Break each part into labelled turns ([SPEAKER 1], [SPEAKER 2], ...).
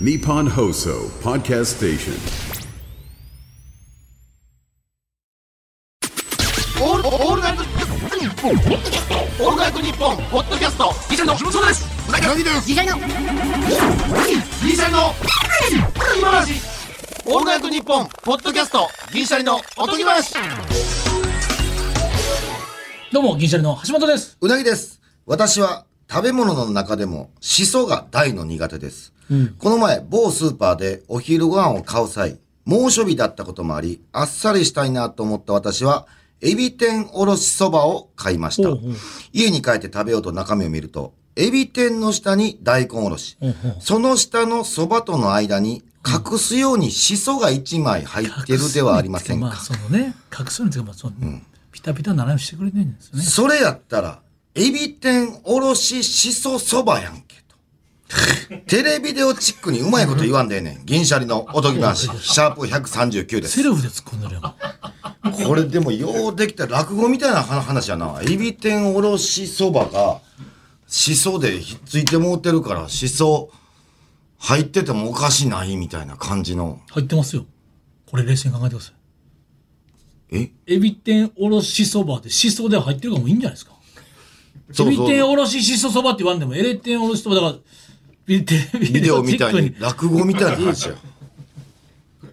[SPEAKER 1] Nippon Hoso Podcast Station.
[SPEAKER 2] オールオールナイトニッポンオールナイトニッポンポッドキャストギシャリのそうです何ですギシャリのギシャリの今話オールナイトニッポンポッドキャストギシャリのおとぎ話
[SPEAKER 3] どうも、銀シャリの橋本です。
[SPEAKER 4] うなぎです。私は食べ物の中でもシソが大の苦手です。この前、某スーパーでお昼ご飯を買う際、猛暑日だったこともあり、あっさりしたいなと思った私は、エビ天おろしそばを買いました。
[SPEAKER 3] ほうほう
[SPEAKER 4] 家に帰って食べようと中身を見ると、エビ天の下に大根おろし、その下のそばとの間に隠すようにシソが1枚入ってるではありません
[SPEAKER 3] まあ、
[SPEAKER 4] か。
[SPEAKER 3] そのね、隠すんですけど、まあ、その、ピタピタ並べしてくれてるんですよね。
[SPEAKER 4] それやったら、エビ天おろししそそばやんけと。 テレビデオチックにうまいこと言わんでええねん。銀シャリのおとぎ話、シャープ139で
[SPEAKER 3] セ
[SPEAKER 4] す。
[SPEAKER 3] ルフで突っ込んでるやん。
[SPEAKER 4] これでもようできた落語みたいな話やな。エビ天おろしそばが、しそでひっついてもうてるから、しそ入っててもおかしないみたいな感じの。
[SPEAKER 3] 入ってますよ。これ冷静に考えてくださ
[SPEAKER 4] え
[SPEAKER 3] い。エビ天おろしそばって、しそで入ってるからもういいんじゃないですか。
[SPEAKER 4] そうそう
[SPEAKER 3] エビ天おろししそそばって言わんでも、エレ天おろしそばだから、ビテレビ
[SPEAKER 4] ビデオみたい
[SPEAKER 3] チッ
[SPEAKER 4] に、
[SPEAKER 3] ク
[SPEAKER 4] 落語みたいな話や。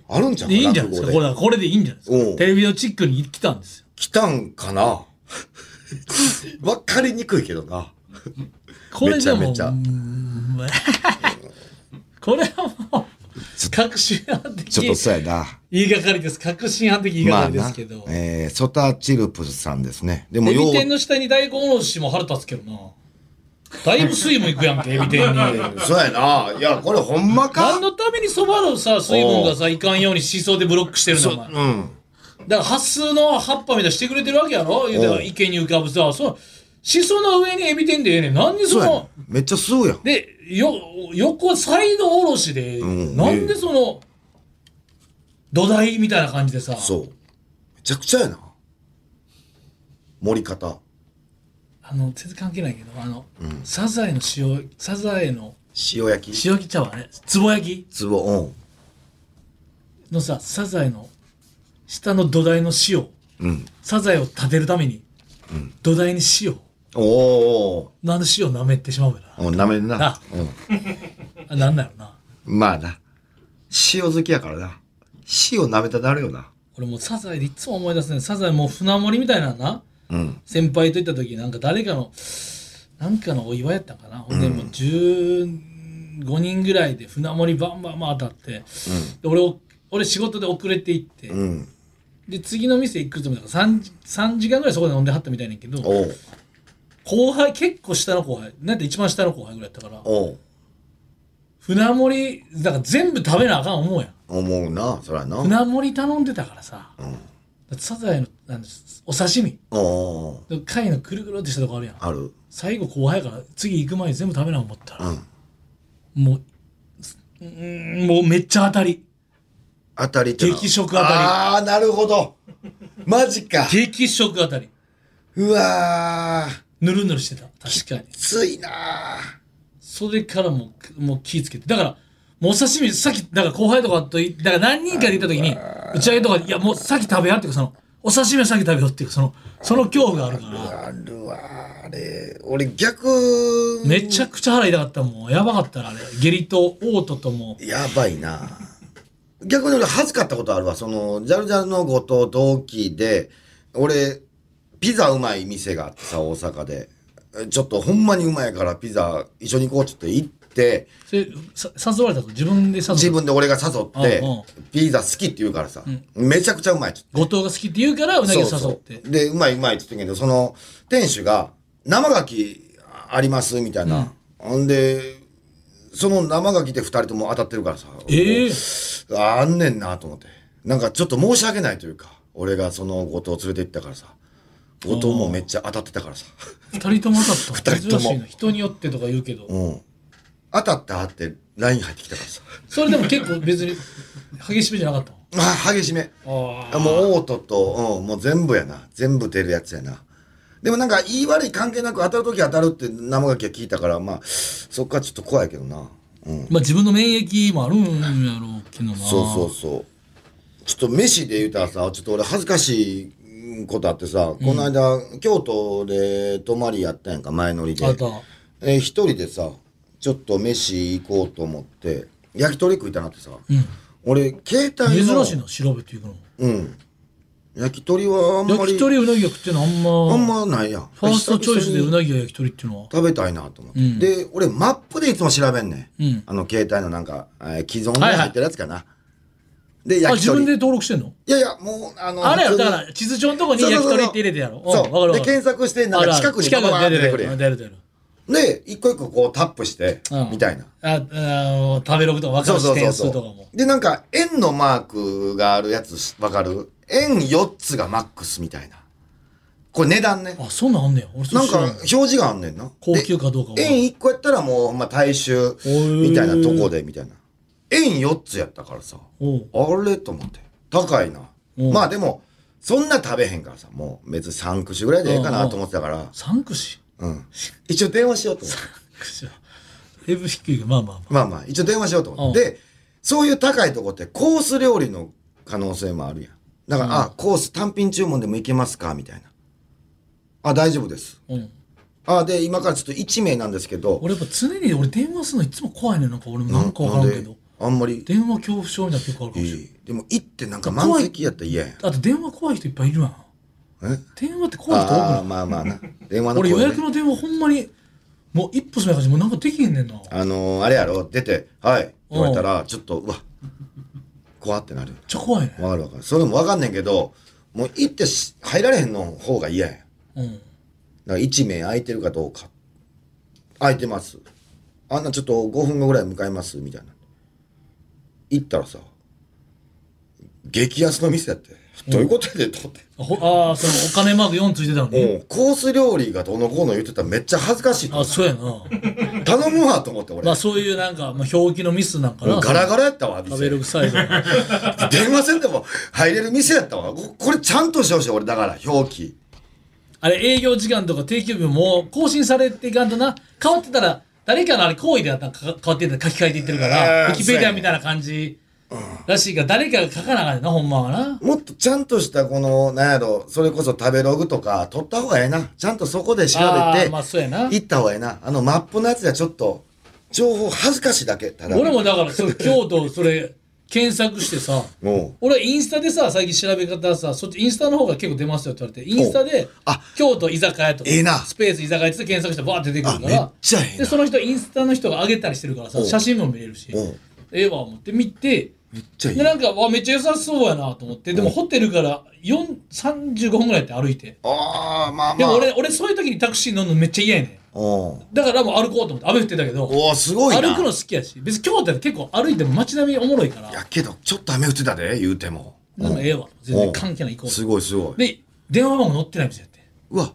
[SPEAKER 4] あるんじゃん
[SPEAKER 3] でいいんじゃないですか。これだこれでいいんじゃないです
[SPEAKER 4] お
[SPEAKER 3] か。
[SPEAKER 4] う
[SPEAKER 3] テレビデオチックに来たんですよ。
[SPEAKER 4] 来たんかなわかりにくいけどな。
[SPEAKER 3] これ
[SPEAKER 4] めち
[SPEAKER 3] で
[SPEAKER 4] ゃ
[SPEAKER 3] も、
[SPEAKER 4] めちゃ
[SPEAKER 3] うーん これはもう、確信犯的
[SPEAKER 4] ちょっとそうやな。
[SPEAKER 3] 言いがかりです。確信犯的言いがかりですけど。
[SPEAKER 4] えー、ソタチルプスさんですね。でも
[SPEAKER 3] エ
[SPEAKER 4] よ
[SPEAKER 3] ビ
[SPEAKER 4] う、
[SPEAKER 3] 天の下に大根おろしも腹立つけどな。だいぶ水分いくやんけ、エビ天に。
[SPEAKER 4] そうやな。いや、これほんまか
[SPEAKER 3] 何のためにそばのさ、水分がさ、いかんように思想でブロックしてるんだ、お前。
[SPEAKER 4] うん。
[SPEAKER 3] だから、ハスの葉っぱみたいにしてくれてるわけやろ言うたら、
[SPEAKER 4] おう
[SPEAKER 3] 池に浮かぶさ、その、しその上にエビ天でええねん。なんでそ
[SPEAKER 4] そうや
[SPEAKER 3] の
[SPEAKER 4] ね、。めっちゃ吸うやん。
[SPEAKER 3] で、よ、横、サイドおろしで、
[SPEAKER 4] ん
[SPEAKER 3] なんでその、土台みたいな感じでさ、
[SPEAKER 4] そう。めちゃくちゃやな。盛り方。
[SPEAKER 3] あの、全然関係ないけど、あの、サザエの塩、サザエの
[SPEAKER 4] 塩焼き。
[SPEAKER 3] 塩焼きちゃうわね、つぼ焼き
[SPEAKER 4] つぼ、うん。
[SPEAKER 3] のさ、サザエの下の土台の塩、サザエを立てるために、土台に塩、
[SPEAKER 4] おー。
[SPEAKER 3] のあの塩を舐めてしまうよな。
[SPEAKER 4] うん、舐める
[SPEAKER 3] な
[SPEAKER 4] な。うん。
[SPEAKER 3] あなんだろうな。
[SPEAKER 4] まあな。塩好きやからな。塩舐めたなるよな。
[SPEAKER 3] 俺もうサザエでいつも思い出すね。サザエもう船盛りみたいなのな。先輩と行った時なんか誰かの、なんかのお祝いやったんかな。ほんでもう15人ぐらいで船盛りバンバンバン当たって、で俺を、俺仕事で遅れて行って、
[SPEAKER 4] うん。
[SPEAKER 3] で、次の店行くと思ったから 3, 3時間ぐらいそこで飲んではったみたいなんやけど、
[SPEAKER 4] おう。
[SPEAKER 3] 後輩、結構下の後輩、なんて一番下の後輩ぐらいやったから、
[SPEAKER 4] おう。
[SPEAKER 3] 船盛り、だから全部食べなあかん思うやん。
[SPEAKER 4] 思うな。そらな。おう
[SPEAKER 3] 船盛り頼んでたからさ、サザエのなんですお刺身
[SPEAKER 4] おうおう。
[SPEAKER 3] 貝のくるくるってしたとこあるやん
[SPEAKER 4] ある。
[SPEAKER 3] 最後後輩から次行く前に全部食べな思ったら、
[SPEAKER 4] うん
[SPEAKER 3] もううーんもうめっちゃ当たり
[SPEAKER 4] 当たりってな
[SPEAKER 3] 激食当たり
[SPEAKER 4] ああなるほどマジか
[SPEAKER 3] 激食当たり
[SPEAKER 4] うわー
[SPEAKER 3] ぬるぬるしてた確かに
[SPEAKER 4] ついなー
[SPEAKER 3] それからもうもう気ぃつけてだからもうお刺身さっきだから後輩とかといだから何人かで行った時に打ち上げとかいやもうさっき食べやっていうかそのお刺身はさっき食べよっていうかそのその恐怖があるから
[SPEAKER 4] あるわーあれ俺逆
[SPEAKER 3] めちゃくちゃ腹痛かったもんやばかったなあれ下痢と嘔吐ともう
[SPEAKER 4] やばいな逆に俺恥ずかったことあるわそのジャルジャルの後と同期で俺ピザうまい店があってさ大阪でちょっとほんまにうまいからピザ一緒に行こうっつって行って
[SPEAKER 3] それさ誘われたと自分で誘った
[SPEAKER 4] 自分で俺が誘って
[SPEAKER 3] うんうん
[SPEAKER 4] ピザ好きって言うからさめちゃくちゃうまいっつって
[SPEAKER 3] 後藤が好きって言うからうなぎを誘って
[SPEAKER 4] そうそうで、うまいうまいって言ってんけど、その、店主が、生牡蠣ありますみたいな。ほんで、その生牡蠣って二人とも当たってるからさ。
[SPEAKER 3] ええ
[SPEAKER 4] ああんねんなと思って。なんかちょっと申し訳ないというか、俺がその後藤連れて行ったからさ。後藤もめっちゃ当たってたからさ。
[SPEAKER 3] 二人とも当たったの
[SPEAKER 4] 二人とも
[SPEAKER 3] 珍しいな人によってとか言うけど、
[SPEAKER 4] うん。当たったって LINE 入ってきたからさ。
[SPEAKER 3] それでも結構別に激しめじゃなかったの
[SPEAKER 4] ああ、激しめ。
[SPEAKER 3] あ
[SPEAKER 4] あもう、オートと、うん、もう全部やな。全部出るやつやな。でもなんか、言い悪い関係なく当たるとき当たるって生ガキは聞いたから、まあ、そっからちょっと怖いけどな。
[SPEAKER 3] まあ自分の免疫もあるんやろうけどな。
[SPEAKER 4] そうそうそう。ちょっと飯で言うたらさ、ちょっと俺恥ずかしいことあってさ、この間、京都で泊まりやったやんか、前乗りで。
[SPEAKER 3] あった。
[SPEAKER 4] えー一人でさ、ちょっと飯行こうと思って、焼き鳥食いたなってさ、俺、携帯の、
[SPEAKER 3] 珍しいの、調べていくの。
[SPEAKER 4] うん。焼き鳥はあんま
[SPEAKER 3] 焼
[SPEAKER 4] り、
[SPEAKER 3] き鳥うなぎが食ってんのあんま、
[SPEAKER 4] あんまないやん。
[SPEAKER 3] ファーストチョイスで
[SPEAKER 4] 久々
[SPEAKER 3] う
[SPEAKER 4] に
[SPEAKER 3] なぎが焼き鳥っていうのは。
[SPEAKER 4] 食べたいなと思って。で、俺、マップでいつも調べんねん。
[SPEAKER 3] うん
[SPEAKER 4] あの、携帯のなんか、えー既存に
[SPEAKER 3] はいはい
[SPEAKER 4] 入ってるやつかな。で、
[SPEAKER 3] あ、
[SPEAKER 4] 焼き
[SPEAKER 3] 自分
[SPEAKER 4] 鳥。
[SPEAKER 3] で
[SPEAKER 4] い
[SPEAKER 3] 登録してんの
[SPEAKER 4] やいや、もう、あの、
[SPEAKER 3] あれやろ、
[SPEAKER 4] 普通
[SPEAKER 3] だ
[SPEAKER 4] に
[SPEAKER 3] から、地図上のとこに焼き鳥って入れてや
[SPEAKER 4] そ
[SPEAKER 3] ろ。
[SPEAKER 4] うそうそう
[SPEAKER 3] わか
[SPEAKER 4] で
[SPEAKER 3] るわかる
[SPEAKER 4] 検索してなんか
[SPEAKER 3] あるある
[SPEAKER 4] 近くに
[SPEAKER 3] 近く
[SPEAKER 4] バババー
[SPEAKER 3] に
[SPEAKER 4] って出て
[SPEAKER 3] 出て
[SPEAKER 4] く
[SPEAKER 3] く
[SPEAKER 4] る
[SPEAKER 3] る
[SPEAKER 4] やん
[SPEAKER 3] 出る出る。
[SPEAKER 4] で、一個一個こうタップして
[SPEAKER 3] う、ん
[SPEAKER 4] みたいな。
[SPEAKER 3] あ、あの食べログとか分か
[SPEAKER 4] そう
[SPEAKER 3] る
[SPEAKER 4] そ
[SPEAKER 3] し、
[SPEAKER 4] うそう
[SPEAKER 3] 点数とか
[SPEAKER 4] そ
[SPEAKER 3] も。
[SPEAKER 4] う。で、なんか、円のマークがあるやつ、わかる円4つがマックスみたいな。これ値段ね。
[SPEAKER 3] あ、そんなんあんねや。俺そ
[SPEAKER 4] な
[SPEAKER 3] うん知
[SPEAKER 4] から
[SPEAKER 3] ん、
[SPEAKER 4] 表示があんねんな。
[SPEAKER 3] 高級かどうかは。
[SPEAKER 4] 円1個やったらもう、ほんま大衆、
[SPEAKER 3] ー
[SPEAKER 4] みたいなとこで、みたいな。円4つやったからさ。
[SPEAKER 3] おう
[SPEAKER 4] あれと思って。高いな。
[SPEAKER 3] うん
[SPEAKER 4] まあでも、そんな食べへんからさ、もう別に3串ぐらいでええかなと思ってたから、
[SPEAKER 3] 三串
[SPEAKER 4] うん。一応電話しようと思って。
[SPEAKER 3] 串は。レブ低いけど、まあまあま
[SPEAKER 4] まあまあ、一応電話しようと思って。で、そういう高いとこってコース料理の可能性もあるやん。だから、あ、コース単品注文でもいけますかみたいな。あ、大丈夫です。
[SPEAKER 3] あ。うん。
[SPEAKER 4] あ、で、今からちょっと1名なんですけど。
[SPEAKER 3] 俺やっぱ常に俺電話するのいつも怖いねんなんか俺もなんか分からんけ
[SPEAKER 4] な
[SPEAKER 3] ど
[SPEAKER 4] で。あんまり。
[SPEAKER 3] 電話恐怖症みたいな結構あるか
[SPEAKER 4] い
[SPEAKER 3] もしれない。
[SPEAKER 4] いでも、行ってなんか満席やったら嫌やん。
[SPEAKER 3] あと電話怖い人いっぱいいるやん。
[SPEAKER 4] え
[SPEAKER 3] 電話って怖い人多く
[SPEAKER 4] あー
[SPEAKER 3] ない
[SPEAKER 4] まあま あな。電話の
[SPEAKER 3] 俺
[SPEAKER 4] 声、
[SPEAKER 3] 予約
[SPEAKER 4] ね。
[SPEAKER 3] の電話ほんまに、もう一歩しない感じ、もうなんかできへんねんな。めっ
[SPEAKER 4] あのー、あれやろ、出て、はい。って言われたら、ちょっと、うわ、怖ってなる。
[SPEAKER 3] ちゃ怖いね。
[SPEAKER 4] わかるわかる。それもわかんねんけど、もう行ってし入られへんの方が嫌やん。
[SPEAKER 3] うん。
[SPEAKER 4] だから1名空いてるかどうか空いてますあんなちょっと5分後ぐらい向かいますみたいな行ったらさ激安の店やってどういうことやでと思って、
[SPEAKER 3] あほあー、そのお金マーク4ついてたのに。
[SPEAKER 4] もうコース料理がどうのこうの言ってたらめっちゃ恥ずかしいと
[SPEAKER 3] あ、
[SPEAKER 4] 思って
[SPEAKER 3] そうやな。
[SPEAKER 4] 頼むわと思って俺、
[SPEAKER 3] まあそういうなんか、まあ、表記のミスなんか
[SPEAKER 4] も
[SPEAKER 3] な。
[SPEAKER 4] うガラガラやったわ
[SPEAKER 3] 食べ
[SPEAKER 4] 店
[SPEAKER 3] ログサイドが。
[SPEAKER 4] 電話せんでも入れる店やったわここれちゃんとしてほしい俺だから表記
[SPEAKER 3] あれ営業時間とか定休日も更新されていかんとな。変わってたら、誰かのあれ行為であったらか変わってたら書き換えていってるか
[SPEAKER 4] う
[SPEAKER 3] ら、
[SPEAKER 4] ん
[SPEAKER 3] ウィキペディアみたいな感じらしいから、誰かが書かなあかんねんな、ほんまはな。
[SPEAKER 4] もっとちゃんとしたこのなんやろそれこそ食べログとか取った方がええなちゃんとそこで調
[SPEAKER 3] あ
[SPEAKER 4] べて
[SPEAKER 3] ーまあそうやな。
[SPEAKER 4] 行った方がええな。あのマップのやつがちょっと、情報恥ずかしいだけ、ただ。
[SPEAKER 3] 俺もだから、それ京都、それ、検索してさ、
[SPEAKER 4] も
[SPEAKER 3] 俺はインスタでさ、最近調べ方さ、そっちインスタの方が結構出ますよって言われて、インスタで
[SPEAKER 4] あ、
[SPEAKER 3] 京都居酒屋とか、
[SPEAKER 4] ええな
[SPEAKER 3] スペース居酒屋って検索してバーって出てくるから、
[SPEAKER 4] あめっちゃええな
[SPEAKER 3] で、その人、インスタの人が上げたりしてるからさ、
[SPEAKER 4] お
[SPEAKER 3] 写真も見れるし
[SPEAKER 4] う、おう、
[SPEAKER 3] ええわ、思って見て、
[SPEAKER 4] めっちゃいい
[SPEAKER 3] で。なんかわめっちゃ良さそうやなと思ってでもホテルから4 35分ぐらいやって歩いて
[SPEAKER 4] ああ、まあ
[SPEAKER 3] で
[SPEAKER 4] まあ。
[SPEAKER 3] も俺,、俺そういう時にタクシー乗るのめっちゃ嫌やねん
[SPEAKER 4] おう
[SPEAKER 3] だからもう歩こうと思って雨降ってたけど
[SPEAKER 4] おうすごいな。
[SPEAKER 3] 歩くの
[SPEAKER 4] い
[SPEAKER 3] 好きやし別に京都やって結構歩いても街並みおもろいから
[SPEAKER 4] やけど、ちょっと雨降ってたで、言うても。
[SPEAKER 3] でもええわ全然関係ない行こ
[SPEAKER 4] すごいすご
[SPEAKER 3] う
[SPEAKER 4] い。
[SPEAKER 3] で電話番号載ってない店やって
[SPEAKER 4] うわ、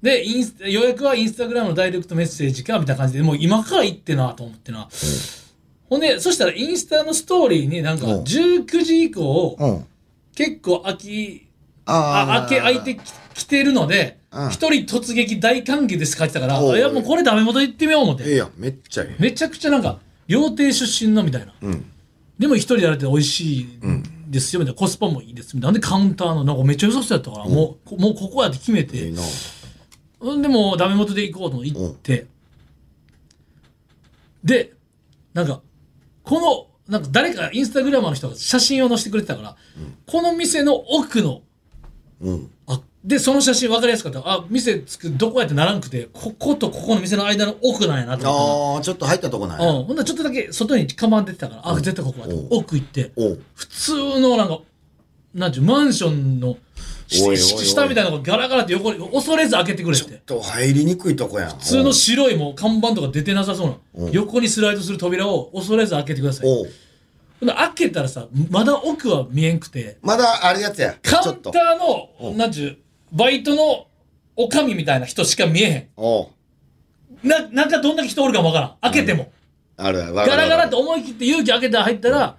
[SPEAKER 3] でインスタ予約はインスタグラムのダイレクトメッセージかみたいな感じでもう今から行ってなと思ってなほんでそしたらインスタのストーリーになんか
[SPEAKER 4] うん
[SPEAKER 3] 19時以降
[SPEAKER 4] うん。
[SPEAKER 3] 結構空き
[SPEAKER 4] あ
[SPEAKER 3] あ
[SPEAKER 4] ー
[SPEAKER 3] 開け開いてききてるので
[SPEAKER 4] うん
[SPEAKER 3] 一、人突撃大歓迎です書いてたから
[SPEAKER 4] おう
[SPEAKER 3] いやもうこれダメ元行ってみよう思っ
[SPEAKER 4] ええ
[SPEAKER 3] て
[SPEAKER 4] やん、めっちゃええ。
[SPEAKER 3] めちゃくちゃなんか料亭出身のみたいな、
[SPEAKER 4] ん
[SPEAKER 3] でも一人でやられて美味しいですよみたいな、コスパもいいですみたいなでカウンターのなんかめっちゃ良さそうやったから、もうこもうここやって決めて、
[SPEAKER 4] ええな。
[SPEAKER 3] うん、でもうダメ元で行こうと行って、でなんかこのなんか誰かインスタグラマーの人が写真を載せてくれてたから、この店の奥の
[SPEAKER 4] うん。
[SPEAKER 3] あでその写真分かりやすかったあ店つくどこやってならんくてこことここの店の間の奥なんやなと思っ
[SPEAKER 4] ああ、ちょっと入ったとこな
[SPEAKER 3] た
[SPEAKER 4] い。
[SPEAKER 3] うん、ほんならちょっとだけ外に看板出てたから、あ絶対ここやと
[SPEAKER 4] うん
[SPEAKER 3] 奥行って
[SPEAKER 4] おう
[SPEAKER 3] 普通のなんかなんちゅうマンションのし
[SPEAKER 4] おいおいおい
[SPEAKER 3] し下みたいなのがガラガラって横に恐れず開けてくれって
[SPEAKER 4] と入りにくいとこやん。普
[SPEAKER 3] 普通の白いもう看板とか出てなさそうな横にスライドする扉を恐れず開けてください
[SPEAKER 4] おう
[SPEAKER 3] ほんなら開けたらさまだ奥は見えんくて、
[SPEAKER 4] まだあれやつや。ち
[SPEAKER 3] カ
[SPEAKER 4] ょ
[SPEAKER 3] ウ
[SPEAKER 4] っ
[SPEAKER 3] ン
[SPEAKER 4] と
[SPEAKER 3] タ。ーの、なんちゅう、バイトの、おかみみたいな人しか見え
[SPEAKER 4] おう
[SPEAKER 3] へん。な、なんかどんだけ人おるかもわからん。開けても。
[SPEAKER 4] あるある。
[SPEAKER 3] ガラガラ
[SPEAKER 4] と
[SPEAKER 3] と思い切って勇気開けて入ったら、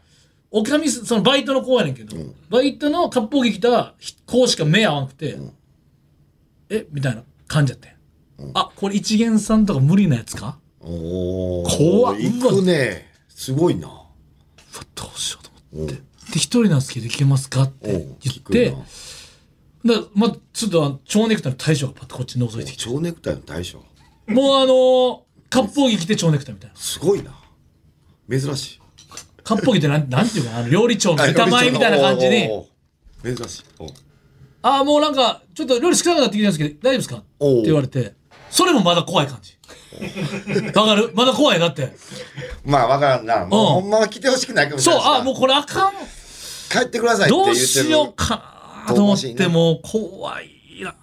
[SPEAKER 3] おかみす、そのバイトの子やねんけど、バイトの割烹着着た子しか目合わなくて、えみたいな感じやってん。あ、これ一元さんとか無理なやつか
[SPEAKER 4] おー
[SPEAKER 3] 怖っ
[SPEAKER 4] 行くね。すごいな。
[SPEAKER 3] うわどうしようと思って。
[SPEAKER 4] おう
[SPEAKER 3] で、一人なんですけど行けますかっ
[SPEAKER 4] お
[SPEAKER 3] て
[SPEAKER 4] う
[SPEAKER 3] 言
[SPEAKER 4] 聞
[SPEAKER 3] っ
[SPEAKER 4] くな
[SPEAKER 3] て、だまあ、ちょっとあの蝶ネクタイの大将がパッとこっちに覗いてきて。
[SPEAKER 4] 蝶ネクタイの大将。
[SPEAKER 3] もうあのー、割烹着着て蝶ネクタイみたいな。
[SPEAKER 4] すごいな。珍しい。
[SPEAKER 3] 割烹着っ てなんなんていうかな、あの料理長の板前みたいな感じ
[SPEAKER 4] お
[SPEAKER 3] に、
[SPEAKER 4] うおうおう。珍しい。おう
[SPEAKER 3] ああ、もうなんか、ちょっと料理少なくなってきたんですけど、大丈夫ですかって
[SPEAKER 4] おう
[SPEAKER 3] 言われて、それもまだ怖い感じ。わかるまだ怖い。だって。
[SPEAKER 4] まあ、わからんな。もう、
[SPEAKER 3] うん
[SPEAKER 4] ほんまは来てほしくないかもし
[SPEAKER 3] そ
[SPEAKER 4] れ
[SPEAKER 3] う、
[SPEAKER 4] ないしな。
[SPEAKER 3] あーもうこれあかん。
[SPEAKER 4] 帰ってくださいって言って
[SPEAKER 3] どう
[SPEAKER 4] る。
[SPEAKER 3] しようかなと思
[SPEAKER 4] 遠
[SPEAKER 3] っ
[SPEAKER 4] 回しにね
[SPEAKER 3] て、もう怖いな。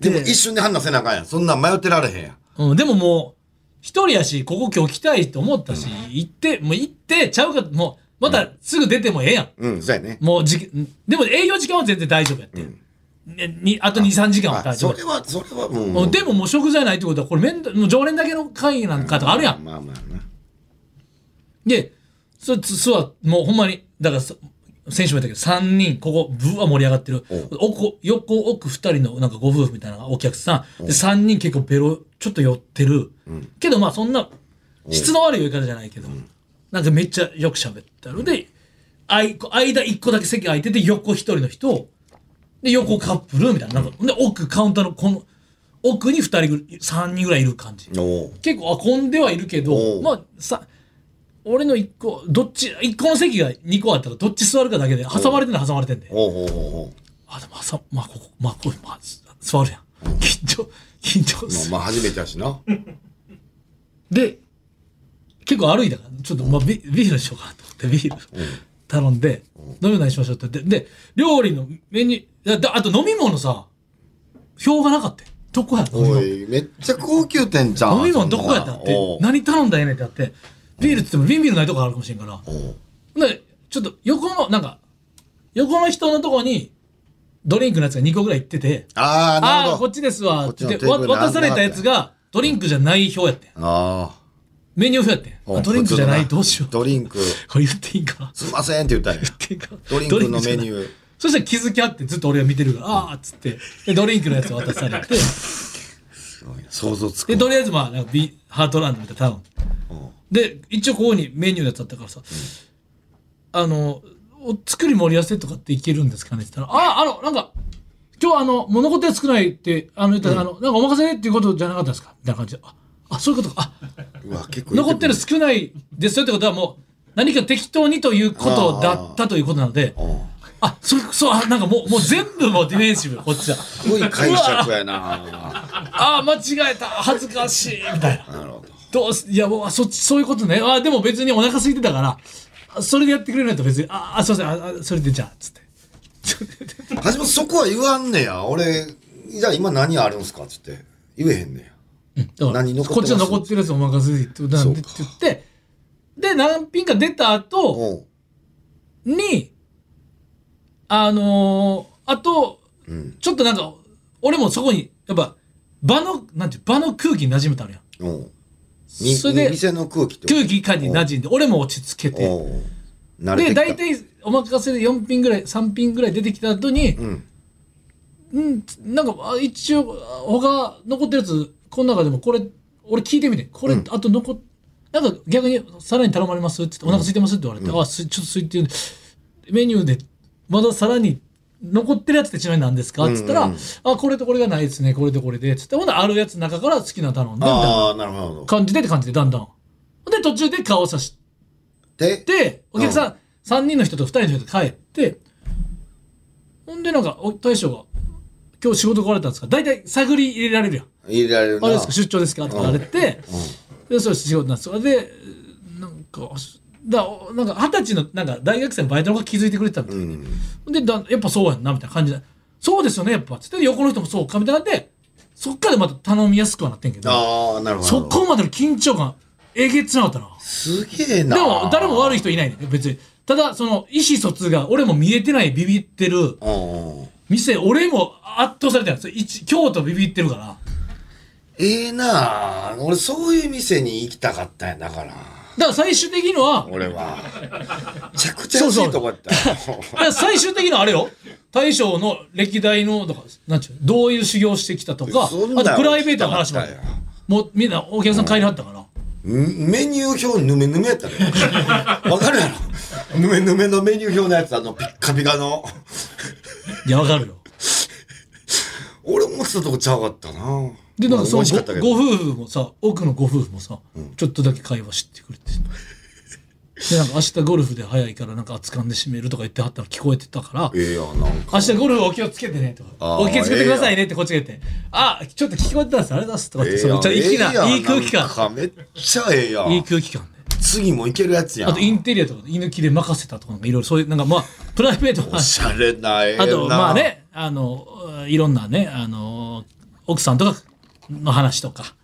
[SPEAKER 4] でも一瞬で判断せなあかんやん。そんなん迷ってられへんやん。
[SPEAKER 3] うん、でももう、一人やし、ここ今日来たいと思ったし、行って、もう行って、ちゃうか、もう、またすぐ出てもええやん。
[SPEAKER 4] うん、そうやね。
[SPEAKER 3] もうじ、でも営業時間は全然大丈夫やって。ねにあと2、3時間は
[SPEAKER 4] あ
[SPEAKER 3] 大
[SPEAKER 4] そ
[SPEAKER 3] 丈夫
[SPEAKER 4] れ。は、それはもう。
[SPEAKER 3] うんでももう食材ないってことは、これ面倒、もう常連だけの会議なんかとかあるやん。
[SPEAKER 4] まあまあな。
[SPEAKER 3] で、そ、つ、座っもうほんまに、だからそ、選手も言ったけど、3人、ここ、ぶわ盛り上がってる。奥、横奥2人の、なんかご夫婦みたいなお客さん。で、3人結構ベロ、ちょっと寄ってる。けど、まあそんな、質の悪い言い方じゃないけど、なんかめっちゃよく喋ったので、あい、こ間1個だけ席空いてて、横1人の人を、で、横カップルみたいな。なんか、で、奥、カウンターの、この、奥に2人ぐらい、3人ぐらいいる感じ。
[SPEAKER 4] おう
[SPEAKER 3] 結構あ混んではいるけ
[SPEAKER 4] お
[SPEAKER 3] ど
[SPEAKER 4] う
[SPEAKER 3] まあさ俺の1個どっち1個の席が2個あったらどっち座るかだけで挟まれてんの挟まれてんで
[SPEAKER 4] おうおうおうおう
[SPEAKER 3] あでも挟まあここまあこうまあす座るやん緊張緊張する、
[SPEAKER 4] まあまあ初めてやしな。
[SPEAKER 3] で結構歩いたからちょっとまあビビールにしようかなと思ってビール頼んで飲み物にしましょうって言ってで料理のメニューだだあと飲み物さ表がなかったよどこやった飲み
[SPEAKER 4] お
[SPEAKER 3] 物
[SPEAKER 4] い、めっちゃ高級店じゃん。
[SPEAKER 3] 飲み物どこやったんって
[SPEAKER 4] おう
[SPEAKER 3] 何頼んだらええねんってあってビールっつっても瓶ビールないとこあるかもしれんから
[SPEAKER 4] おう
[SPEAKER 3] でちょっと横のなんか横の人のとこにドリンクのやつが2個ぐらい行ってて
[SPEAKER 4] あ
[SPEAKER 3] 「
[SPEAKER 4] あ、なる
[SPEAKER 3] ああー
[SPEAKER 4] ほ
[SPEAKER 3] こっ
[SPEAKER 4] ど。
[SPEAKER 3] ちですわ」って言って
[SPEAKER 4] こっ
[SPEAKER 3] わ
[SPEAKER 4] ちのテーブルな
[SPEAKER 3] 渡されたやつがドリンクじゃない表やってん
[SPEAKER 4] あ
[SPEAKER 3] メニュー表やってん
[SPEAKER 4] あ。
[SPEAKER 3] あドリンクじゃな
[SPEAKER 4] 普
[SPEAKER 3] い
[SPEAKER 4] 通
[SPEAKER 3] ど
[SPEAKER 4] の
[SPEAKER 3] うしよう
[SPEAKER 4] ドリンク、
[SPEAKER 3] これ言っていいんかな
[SPEAKER 4] すいませんって言ったんや。
[SPEAKER 3] 言っていいんかな
[SPEAKER 4] ドリンクのメニ
[SPEAKER 3] ドリンクじゃない
[SPEAKER 4] ュー。
[SPEAKER 3] そしたら気づきあってずっと俺が見てるから「ああ」っつってでドリンクのやつ渡されて
[SPEAKER 4] 想像つく
[SPEAKER 3] で。とりあえずまあなんかビハートランドみたいなタウン
[SPEAKER 4] おう
[SPEAKER 3] で一応ここにメニューのやつあったからさ、あのお作り盛り合わせとかっていけるんですかねって言ったらああのなんか今日はあの物事は少ないってあの言ったら、あのなんかお任せねっていうことじゃなかったんですかみたいな感じでああそういうことかあ
[SPEAKER 4] うわ、結構
[SPEAKER 3] 残ってる
[SPEAKER 4] す
[SPEAKER 3] 少ないですよってことはもう何か適当にということだったということなのであそうそうあなんかもうもう全部もうディフェンシブこっちは
[SPEAKER 4] ごい解釈やな。
[SPEAKER 3] あ間違えた恥ずかしいみたいな。
[SPEAKER 4] なるほど。
[SPEAKER 3] どうすいや、もう、あそっち、そういうことね。あ、でも別にお腹空いてたから、あそれでやってくれないと別に、あ、あすいません、あ、あそれでじゃあ、つって。
[SPEAKER 4] 橋本そこは言わんねや。俺、じゃあ今何あるんすかっつって。言えへんねや。
[SPEAKER 3] だから、
[SPEAKER 4] 何残ってます
[SPEAKER 3] こっちは残ってるやつお腹空いてたんでって言って、で、何品か出た後
[SPEAKER 4] おう
[SPEAKER 3] に、あのーあと、ちょっとなんか、俺もそこに、やっぱ、場の、なんていう、場の空気に馴染めたのや。
[SPEAKER 4] おうみ
[SPEAKER 3] それで
[SPEAKER 4] 店の空気ってこと
[SPEAKER 3] 空気感に馴染んで、俺も落ち着けて。
[SPEAKER 4] おう慣れてき
[SPEAKER 3] で
[SPEAKER 4] た
[SPEAKER 3] 大体お任せで4品ぐらい3品ぐらい出てきた後にうん、なんかあ一応あ他残ってるやつこの中でもこれ俺聞いてみてこれ、あと残っなんか逆にさらに頼まれますって言ってお腹空いてますって言われて、あすちょっと空いてるメニューでまださらに残ってるやつってちなみに何ですかっつったら、あこれとこれがないですねこれとこれでっつってほんならあるやつの中から好きなの頼んでみたいな
[SPEAKER 4] ああ、なるほど。
[SPEAKER 3] 感じでって感じでだんだんで途中で顔さして
[SPEAKER 4] で、
[SPEAKER 3] で、お客さん、3人の人と2人の人と帰って、ほんでなんか、お大将が、今日仕事来られたんですか大体探り入れられるやん。
[SPEAKER 4] 入れられる
[SPEAKER 3] あ
[SPEAKER 4] な。
[SPEAKER 3] れですか出張ですかとか言われて、で、そうです仕事なんですよ。で、なんか、だおなんか二十歳のなんか大学生のバイトの子が気づいてくれてたみたいで、でだやっぱそうやんなみたいな感じでそうですよねやっぱつってで横の人もそうかみたいなんでそっからまた頼みやすくはなってんけど
[SPEAKER 4] ああ、なるほど。
[SPEAKER 3] そこまでの緊張感えげつなかったな
[SPEAKER 4] すげえな。
[SPEAKER 3] でも誰も悪
[SPEAKER 4] い。
[SPEAKER 3] い人いないね別にただその意思疎通が俺も見えてないビビってる
[SPEAKER 4] うん。
[SPEAKER 3] 店俺も圧倒されてるんですよ一京都ビビってるから
[SPEAKER 4] ええなあ俺そういう店に行きたかったんやだから
[SPEAKER 3] だから最終的には
[SPEAKER 4] 俺はめちゃくちゃ安いとこやったよ
[SPEAKER 3] だから最終的にはあれよ大将の歴代のだからなんちゅうどういう修行してきたとかあ
[SPEAKER 4] そん
[SPEAKER 3] と
[SPEAKER 4] なん
[SPEAKER 3] プライベートの話ま
[SPEAKER 4] 聞
[SPEAKER 3] で
[SPEAKER 4] きたかったよ
[SPEAKER 3] もうみんなお客さん帰りはったから、
[SPEAKER 4] んメニュー表ぬめぬめやったで。わかるやろぬめぬめのメニュー表のやつ、あの、ピッカピカの。
[SPEAKER 3] いや、わかるよ。
[SPEAKER 4] 俺思ってたとこちゃうかったな
[SPEAKER 3] で、なんかそ
[SPEAKER 4] まあ美味し
[SPEAKER 3] の
[SPEAKER 4] かったけ
[SPEAKER 3] ご、
[SPEAKER 4] ど。
[SPEAKER 3] ご夫婦もさ、奥のご夫婦もさ、ちょっとだけ会話してくれて。で、なんか明日ゴルフで早いから、なんか熱燗で締めるとか言ってはったの聞こえてたから、
[SPEAKER 4] ええやん、なんか。
[SPEAKER 3] 明日ゴルフお気をつけてねとか、
[SPEAKER 4] あー
[SPEAKER 3] お気をつけてくださいねってこっちが言って、あ、ちょっと聞こえてたんです、あれだっすとか言って、そのちょっと粋
[SPEAKER 4] ええや
[SPEAKER 3] な、
[SPEAKER 4] ん
[SPEAKER 3] いい空気
[SPEAKER 4] なん
[SPEAKER 3] 感、
[SPEAKER 4] かめっちゃええや
[SPEAKER 3] いい
[SPEAKER 4] ん。
[SPEAKER 3] 空気感で。
[SPEAKER 4] 次もいけるやつやん。
[SPEAKER 3] あとインテリアとか、居抜きで任せたとか、なんかいろいろそういう、なんかまあ、プライベートな
[SPEAKER 4] おしゃれな、ええな。
[SPEAKER 3] あと、まあ。ね、あの、いろんなね、あの、奥さんとかの話とか、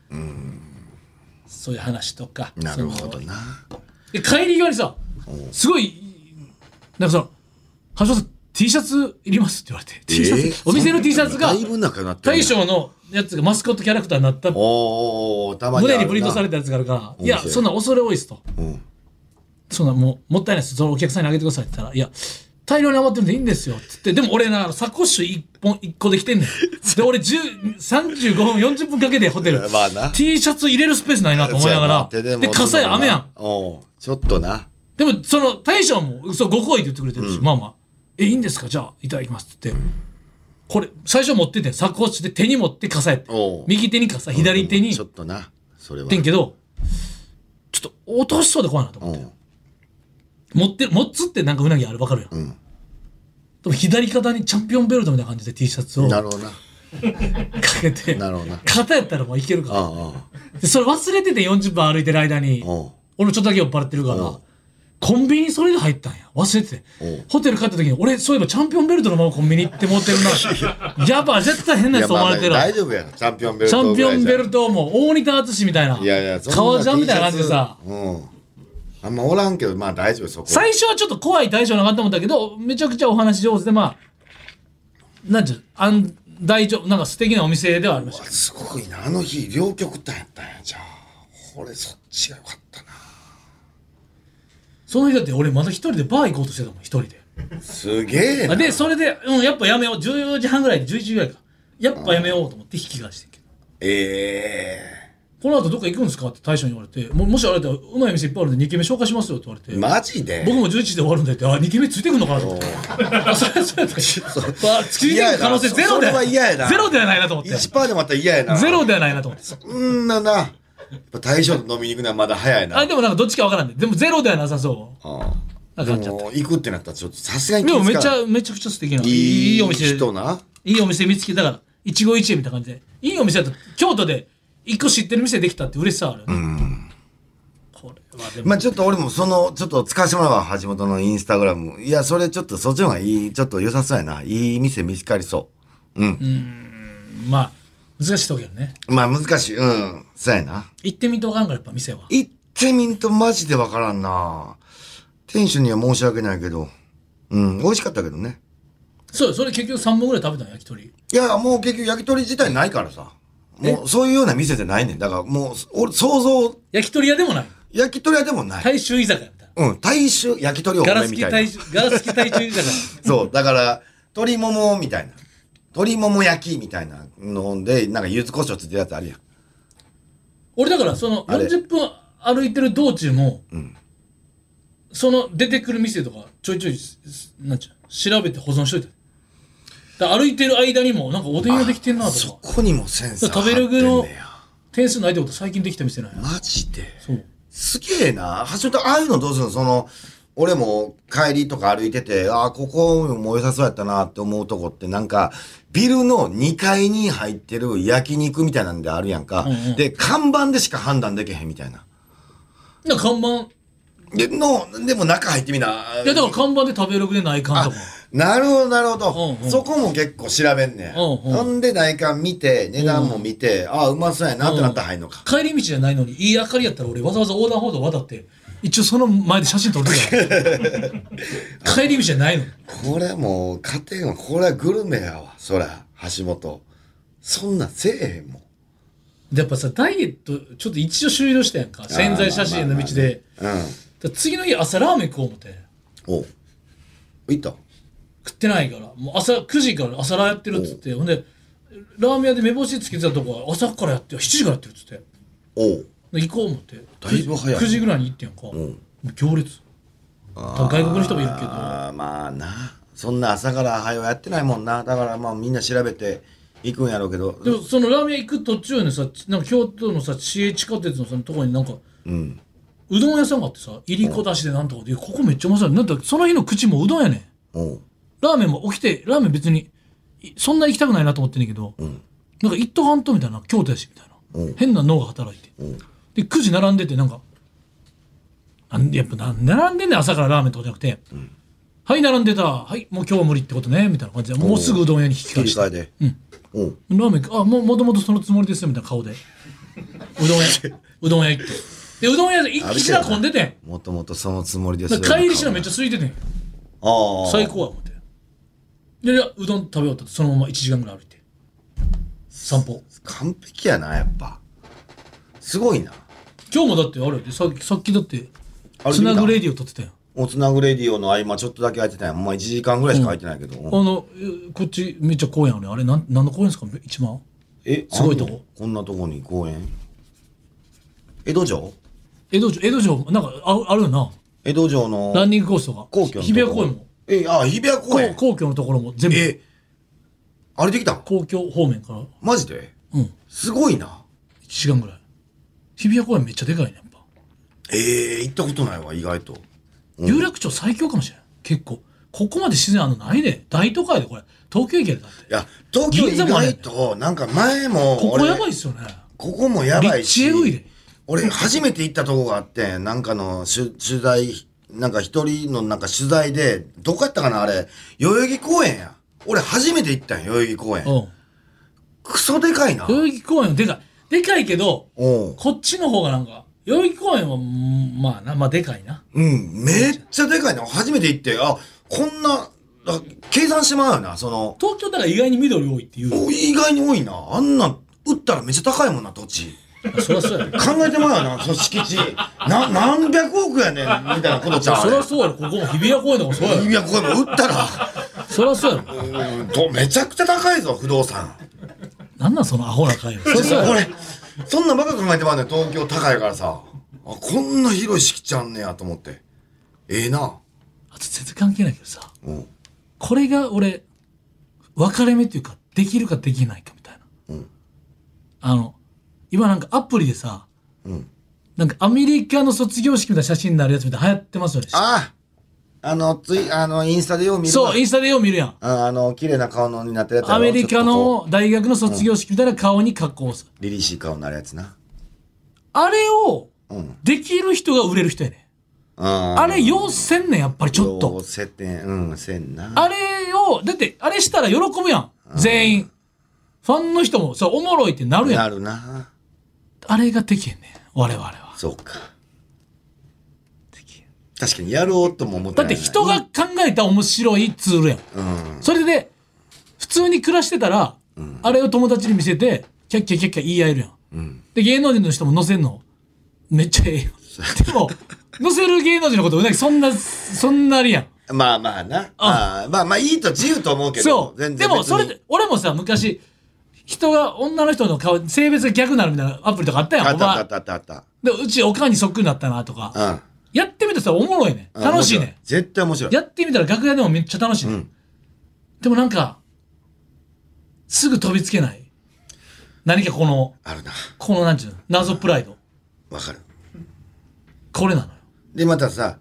[SPEAKER 3] そういう話とか。
[SPEAKER 4] なるほどな。
[SPEAKER 3] そので帰り際にさ、すごい、なんかその、橋本さん、T シャツいりますって言われて、T シャツ、お店の T シャツが
[SPEAKER 4] だ、いぶ仲良くなってる
[SPEAKER 3] 大
[SPEAKER 4] ね。
[SPEAKER 3] 将のやつがマスコットキャラクターになった、
[SPEAKER 4] おー、たまにある
[SPEAKER 3] 胸
[SPEAKER 4] な。
[SPEAKER 3] にプリントされたやつがあるから、いや、
[SPEAKER 4] 面白い
[SPEAKER 3] そんな恐れ多いっすと。
[SPEAKER 4] うん。
[SPEAKER 3] そんなもう、もったいないです。そのお客さんにあげてくださいって言ったら、いや、大量に余ってるんでいいんですよ。つって、でも俺な、あのサコッシュ一本、一個できてんねん。で、俺10、35分、40分かけてホテル。
[SPEAKER 4] まあな
[SPEAKER 3] T シャツ入れるスペースないなと思いながら。
[SPEAKER 4] 手
[SPEAKER 3] で、
[SPEAKER 4] も
[SPEAKER 3] 火災雨やん。。
[SPEAKER 4] おうちょっとな。
[SPEAKER 3] でも、その、大将も、そう、ご好意って言ってくれてるし、まあまあ、え、いいんですかじゃあ、いただきますって言って。これ、最初持ってて、サコッシュで手に持って傘やって
[SPEAKER 4] おう。
[SPEAKER 3] 右手に傘、左手に。
[SPEAKER 4] ちょっとな。それは。
[SPEAKER 3] ってんけど、ちょっと落としそうで怖いなと思
[SPEAKER 4] お
[SPEAKER 3] って。
[SPEAKER 4] う
[SPEAKER 3] 持ってる、持つってなんかうなぎあるばかるやん。
[SPEAKER 4] ん
[SPEAKER 3] でも左肩にチャンピオンベルトみたいな感じで T シャツを
[SPEAKER 4] な
[SPEAKER 3] か
[SPEAKER 4] るほどな。
[SPEAKER 3] けて、
[SPEAKER 4] なるほどな
[SPEAKER 3] 肩やったらもういけるか
[SPEAKER 4] ああ。
[SPEAKER 3] ら。で、それ忘れてて40分歩いてる間に、
[SPEAKER 4] おう
[SPEAKER 3] 俺もちょっとだけ酔っ払ってるから、
[SPEAKER 4] うん
[SPEAKER 3] コンビニそれで入ったんや。忘れてて
[SPEAKER 4] うん。
[SPEAKER 3] ホテル帰った時に、俺、そういえばチャンピオンベルトのままコンビニ行って持ってるな。やっぱ絶対変なやつと思われてるわ。
[SPEAKER 4] 大丈夫やな。チャンピオンベル
[SPEAKER 3] チ
[SPEAKER 4] ト。
[SPEAKER 3] ャンピオンベルトも大仁田敦みたいな。
[SPEAKER 4] いやいや、そんな
[SPEAKER 3] 革ジャンみたいな感じでさ。
[SPEAKER 4] T シャツ。うん。あんまおらんけど、まあ大丈夫、そこ。
[SPEAKER 3] 最初はちょっと怖い大将なかったと思ったけど、めちゃくちゃお話上手で、まあ、なんちゅう、あん大丈夫、なんか素敵なお店ではありました。
[SPEAKER 4] すごいな。あの日、両極端やったんや。じゃあ、俺そっちがよかったな。
[SPEAKER 3] その日だって俺また一人でバー行こうとしてたもん、一人で。
[SPEAKER 4] すげえな。
[SPEAKER 3] で、それで、うん、やっぱやめよう。14時半ぐらい、11時ぐらいか。やっぱやめようと思って引き返してんけど。
[SPEAKER 4] ええ
[SPEAKER 3] この後どっか行くんですかって大将に言われて、ももしあれだったらうまい店いっぱいあるんで2軒目紹介しますよって言われて。
[SPEAKER 4] マジで
[SPEAKER 3] 僕も11時で終わるんだよって、あ、2軒目ついてくんのかなと思って。あ、それ、それ、ついてくる可能性ゼ
[SPEAKER 4] 嫌やなそ
[SPEAKER 3] ロで
[SPEAKER 4] れは嫌やな。
[SPEAKER 3] ゼロではないなと思って。
[SPEAKER 4] 1%でまた嫌やな。
[SPEAKER 3] ゼロではないなと思って。
[SPEAKER 4] そんなな。やっぱ大将と飲みに行くのはまだ早いな。
[SPEAKER 3] あ、でもなんかどっちかわからんで。でもゼロではなさそう。
[SPEAKER 4] う
[SPEAKER 3] なん
[SPEAKER 4] ん。
[SPEAKER 3] か
[SPEAKER 4] で
[SPEAKER 3] 買っちゃった
[SPEAKER 4] も、行くってなったらちょっとさすがに
[SPEAKER 3] で
[SPEAKER 4] 気
[SPEAKER 3] もめ
[SPEAKER 4] 付
[SPEAKER 3] ち
[SPEAKER 4] かない
[SPEAKER 3] ゃ、めちゃくちゃ素敵な。い
[SPEAKER 4] い
[SPEAKER 3] い
[SPEAKER 4] い
[SPEAKER 3] お店。
[SPEAKER 4] 人な。
[SPEAKER 3] いいお店見つけたから。一期一会みたいな感じで。いいお店だと、京都で一個知ってる店できたって嬉しさはある。これはでも、
[SPEAKER 4] まあちょっと俺もその、ちょっと使わせてもらうわ、橋本のインスタグラム。いや、それちょっとそっちの方がいい、ちょっと良さそうやな。いい店見つかりそ
[SPEAKER 3] まあ、難しいとこやね。
[SPEAKER 4] う。まあ難しい。うん。そうやな。
[SPEAKER 3] 行ってみんとわかんから、やっぱ店は。
[SPEAKER 4] 行ってみんとマジでわからんな。店主には申し訳ないけど。うん、美味しかったけどね。
[SPEAKER 3] そう、それ結局3本ぐらい食べたの、焼き鳥。
[SPEAKER 4] いや、もう結局焼き鳥自体ないからさ。もうそういうような店じゃないねん。だからもう、俺、想像、
[SPEAKER 3] 焼き鳥屋でもない。
[SPEAKER 4] 焼き鳥屋でもない。
[SPEAKER 3] 大衆居酒屋みたいな。
[SPEAKER 4] うん、大衆焼き鳥を
[SPEAKER 3] ガラス
[SPEAKER 4] み
[SPEAKER 3] き
[SPEAKER 4] たい
[SPEAKER 3] 大
[SPEAKER 4] な。
[SPEAKER 3] 衆、ガラスき大衆居酒
[SPEAKER 4] そう、だから、鶏ももみたいな。鶏もも焼きみたいなので、なんか柚子胡椒ついてるやつあるやん。
[SPEAKER 3] 俺だからその
[SPEAKER 4] あれ
[SPEAKER 3] 40分歩いてる道中も、その出てくる店とかちょいちょいすすなんちゃう調べて保存しといただから歩いてる間にもなんかおでんができてんな
[SPEAKER 4] そ
[SPEAKER 3] とか
[SPEAKER 4] こにもセンサー
[SPEAKER 3] 食べログ
[SPEAKER 4] 貼っ
[SPEAKER 3] の
[SPEAKER 4] てんねや
[SPEAKER 3] 点数ないってこと最近できた店なんや
[SPEAKER 4] マジで。
[SPEAKER 3] そう
[SPEAKER 4] すげえな。橋本、ああいうのどうするのその、俺も帰りとか歩いてて、ああ、ここも良さそうやったなって思うとこって、なんか、ビルの2階に入ってる焼肉みたいなんであるやんか。
[SPEAKER 3] んうん
[SPEAKER 4] で、看板でしか判断できへんみたいな。
[SPEAKER 3] だから看板
[SPEAKER 4] で、の、でも中入ってみな。
[SPEAKER 3] いやだから看板で食べログでないかんとか
[SPEAKER 4] なるほど、なるほど。
[SPEAKER 3] うんうん
[SPEAKER 4] そこも結構調べんねん。
[SPEAKER 3] うんうん
[SPEAKER 4] ほんで、内観見て、値段も見て、ああ、うまそうやなってなったら入んのか。
[SPEAKER 3] 帰り道じゃないのにいい明かりやったら俺わざわざ横断歩道渡って一応その前で写真撮るか ら帰り道じゃないのに
[SPEAKER 4] これもう、家庭は、これはグルメやわ。そら、橋本。そんなんせえへんもん。
[SPEAKER 3] でやっぱさダイエットちょっと一応終了したやんか潜在写真の道で
[SPEAKER 4] う
[SPEAKER 3] だから次の日朝ラーメン食おう思って
[SPEAKER 4] ん。おう。いった
[SPEAKER 3] 食ってないからもう朝9時から朝ラーやってるっつってほんでラーメン屋で目星つけてたとこは朝からやって7時からやってるっつって
[SPEAKER 4] おう。
[SPEAKER 3] で行こう思って
[SPEAKER 4] だいぶ早い
[SPEAKER 3] 9時ぐらいに行ってんやんか、もう行列多分外国の人もいるけど
[SPEAKER 4] あーまあなそんな朝から「はよ」やってないもんなだからまあみんな調べて行くんやろうけど
[SPEAKER 3] でもそのラーメン屋行く途中にさなんか京都のさ市営地下鉄のさとこになんか、うどん屋さんがあってさいりこだしでなんとかで、いやここめっちゃうまそうやねんだってその日の口もうどんやねん
[SPEAKER 4] おう
[SPEAKER 3] ラーメンも起きてラーメン別にいそんな行きたくないなと思ってんねんけど、なんか一斗半とみたいな京都やしみたいな、変な脳が働いて、で9時並んでてなんかなんでやっぱな並んでんねん朝からラーメンとかじゃなくて、はい並んでたはいもう今日は無理ってことねみたいな感じでもうすぐうどん屋に引き
[SPEAKER 4] 切
[SPEAKER 3] 返
[SPEAKER 4] り
[SPEAKER 3] して
[SPEAKER 4] 替えでおう
[SPEAKER 3] ラーメンあもうもともとそのつもりですよみたいな顔 でうどん屋うどん屋行ってでうどん屋で一気に混んでてん
[SPEAKER 4] もともとそのつもりです
[SPEAKER 3] だから帰りしなめっ
[SPEAKER 4] ち
[SPEAKER 3] ちゃ空いててん
[SPEAKER 4] ゃああ
[SPEAKER 3] 最高や思ってでいやうどん食べようとそのまま1時間ぐらい歩いて散歩
[SPEAKER 4] 完璧やなやっぱすごいな
[SPEAKER 3] 今日もだってあれでさっきさっきだって
[SPEAKER 4] あれ
[SPEAKER 3] つなぐレディオ撮ってたやん
[SPEAKER 4] おつなぐレディオの合間ちょっとだけ空いてたやんまあ1時間ぐらいしか空いてないけど、
[SPEAKER 3] あのえこっちめっちゃ公園あるねあれなん何の公園ですか一番
[SPEAKER 4] え
[SPEAKER 3] すごいとこ
[SPEAKER 4] あんのこんなとこに公園江戸城
[SPEAKER 3] 江戸城江戸城なんかああるよな
[SPEAKER 4] 江戸城の
[SPEAKER 3] ランニングコースとか
[SPEAKER 4] 皇居の
[SPEAKER 3] 日比谷公園も
[SPEAKER 4] えあ日比谷公
[SPEAKER 3] こう
[SPEAKER 4] 園
[SPEAKER 3] 皇居のところも全部
[SPEAKER 4] えあれできたん
[SPEAKER 3] 皇居方面から
[SPEAKER 4] マジで
[SPEAKER 3] うん
[SPEAKER 4] すごいな
[SPEAKER 3] 1時間ぐらい日比谷公園めっちゃでかいねやっぱ、
[SPEAKER 4] ええ行ったことないわ意外と
[SPEAKER 3] 有楽町最強かもしれない結構ここまで自然あるのないで大都会でこれ東京駅やでだって
[SPEAKER 4] いや東京意
[SPEAKER 3] 銀座もある
[SPEAKER 4] 外となんか前も
[SPEAKER 3] ここ
[SPEAKER 4] 俺
[SPEAKER 3] やばいっすよね
[SPEAKER 4] ここもやばいし
[SPEAKER 3] 立地エグいで
[SPEAKER 4] 俺初めて行ったとこがあってなんかの取取材なんか一人のなんか取材でどこやったかなあれ代々木公園や俺初めて行ったんよ代々木公園
[SPEAKER 3] うん
[SPEAKER 4] クソでかいな
[SPEAKER 3] 代々木公園はでかいでかいけど
[SPEAKER 4] うん
[SPEAKER 3] こっちの方がなんか代々木公園はうんまあなまあでかいな
[SPEAKER 4] うんめっちゃでかいな初めて行ってあこんなあ計算してまうよなその
[SPEAKER 3] 東京だから意外に緑多いっていう
[SPEAKER 4] お意外に多いなあんな打ったらめっちゃ高いもんな土地
[SPEAKER 3] そりゃそ うやろ
[SPEAKER 4] 考えてまうよ な、その敷地。な、何百億やねん、みたいなことちゃう。
[SPEAKER 3] そりゃそうやろここも日比谷公園とかもそうやろ
[SPEAKER 4] いや、これもう売ったら、
[SPEAKER 3] そりゃそうやろ
[SPEAKER 4] うんとめちゃくちゃ高いぞ、不動産。
[SPEAKER 3] なんなんそのアホな会話そりゃ
[SPEAKER 4] そ
[SPEAKER 3] そうや
[SPEAKER 4] こ
[SPEAKER 3] ろ
[SPEAKER 4] れ、そんなバカ考えてまうねん、東京高いからさ。あ、こんな広い敷地あんねやと思って。ええな。
[SPEAKER 3] あと全然関係ないけどさ
[SPEAKER 4] うん。
[SPEAKER 3] これが俺分かれ目っていうかできるかできないかみたいな、あの今なんかアプリでさ、なんかアメリカの卒業式みたいな写真になるやつみたいな流行ってますよね
[SPEAKER 4] ああの、つい、あの、インスタでよう見るわ
[SPEAKER 3] そうインスタでよう見るやん
[SPEAKER 4] ああの、綺麗な顔のになってるやつやろ
[SPEAKER 3] アメリカ。
[SPEAKER 4] ちょっとこ
[SPEAKER 3] の大学の卒業式みたいな顔に格好をする、
[SPEAKER 4] う凛々しい顔になるやつな。
[SPEAKER 3] あれを
[SPEAKER 4] うん。
[SPEAKER 3] できる人が売れる人やね
[SPEAKER 4] あ
[SPEAKER 3] んあれ要せんねんやっぱりちょっと
[SPEAKER 4] せてん、うん、せんな。
[SPEAKER 3] あれをだってあれしたら喜ぶやん全員ファンの人もそうおもろいってなるやん
[SPEAKER 4] なるな。
[SPEAKER 3] あれができへんねん我々は
[SPEAKER 4] そうか。確かにやろうとも思って
[SPEAKER 3] だっ
[SPEAKER 4] ない
[SPEAKER 3] て
[SPEAKER 4] な
[SPEAKER 3] 人が考えた面白いツールやん。それで、普通に暮らしてたら、あれを友達に見せて、キャッキャキャッキャ言い合えるやん。で、芸能人の人も載せんの。めっちゃええよ。でも、載せる芸能人のこと、うなぎそんな、そんなあれやん。
[SPEAKER 4] まあまあな。ああまあまあいいと自由と思うけど。
[SPEAKER 3] そう。でも、
[SPEAKER 4] 別
[SPEAKER 3] そ
[SPEAKER 4] に
[SPEAKER 3] れで、俺もさ、昔、人が、女の人の顔、性別が逆になるみたいなアプリとかあったやん、
[SPEAKER 4] あっ
[SPEAKER 3] お
[SPEAKER 4] たあっ
[SPEAKER 3] 前。
[SPEAKER 4] たあったあった。
[SPEAKER 3] で、うち、おかんにそっくりになったなとか。
[SPEAKER 4] うん
[SPEAKER 3] やってみたらさ、おもろいねん。
[SPEAKER 4] うん。
[SPEAKER 3] 楽しいねん
[SPEAKER 4] 面。絶対面白い。
[SPEAKER 3] やってみたら楽屋でもめっちゃ楽しいね、
[SPEAKER 4] ん
[SPEAKER 3] でもなんか、すぐ飛びつけない。何かこの、
[SPEAKER 4] あるな。
[SPEAKER 3] このなんちゅうの、謎プライド。
[SPEAKER 4] わかる。
[SPEAKER 3] これなのよ。
[SPEAKER 4] で、またさ、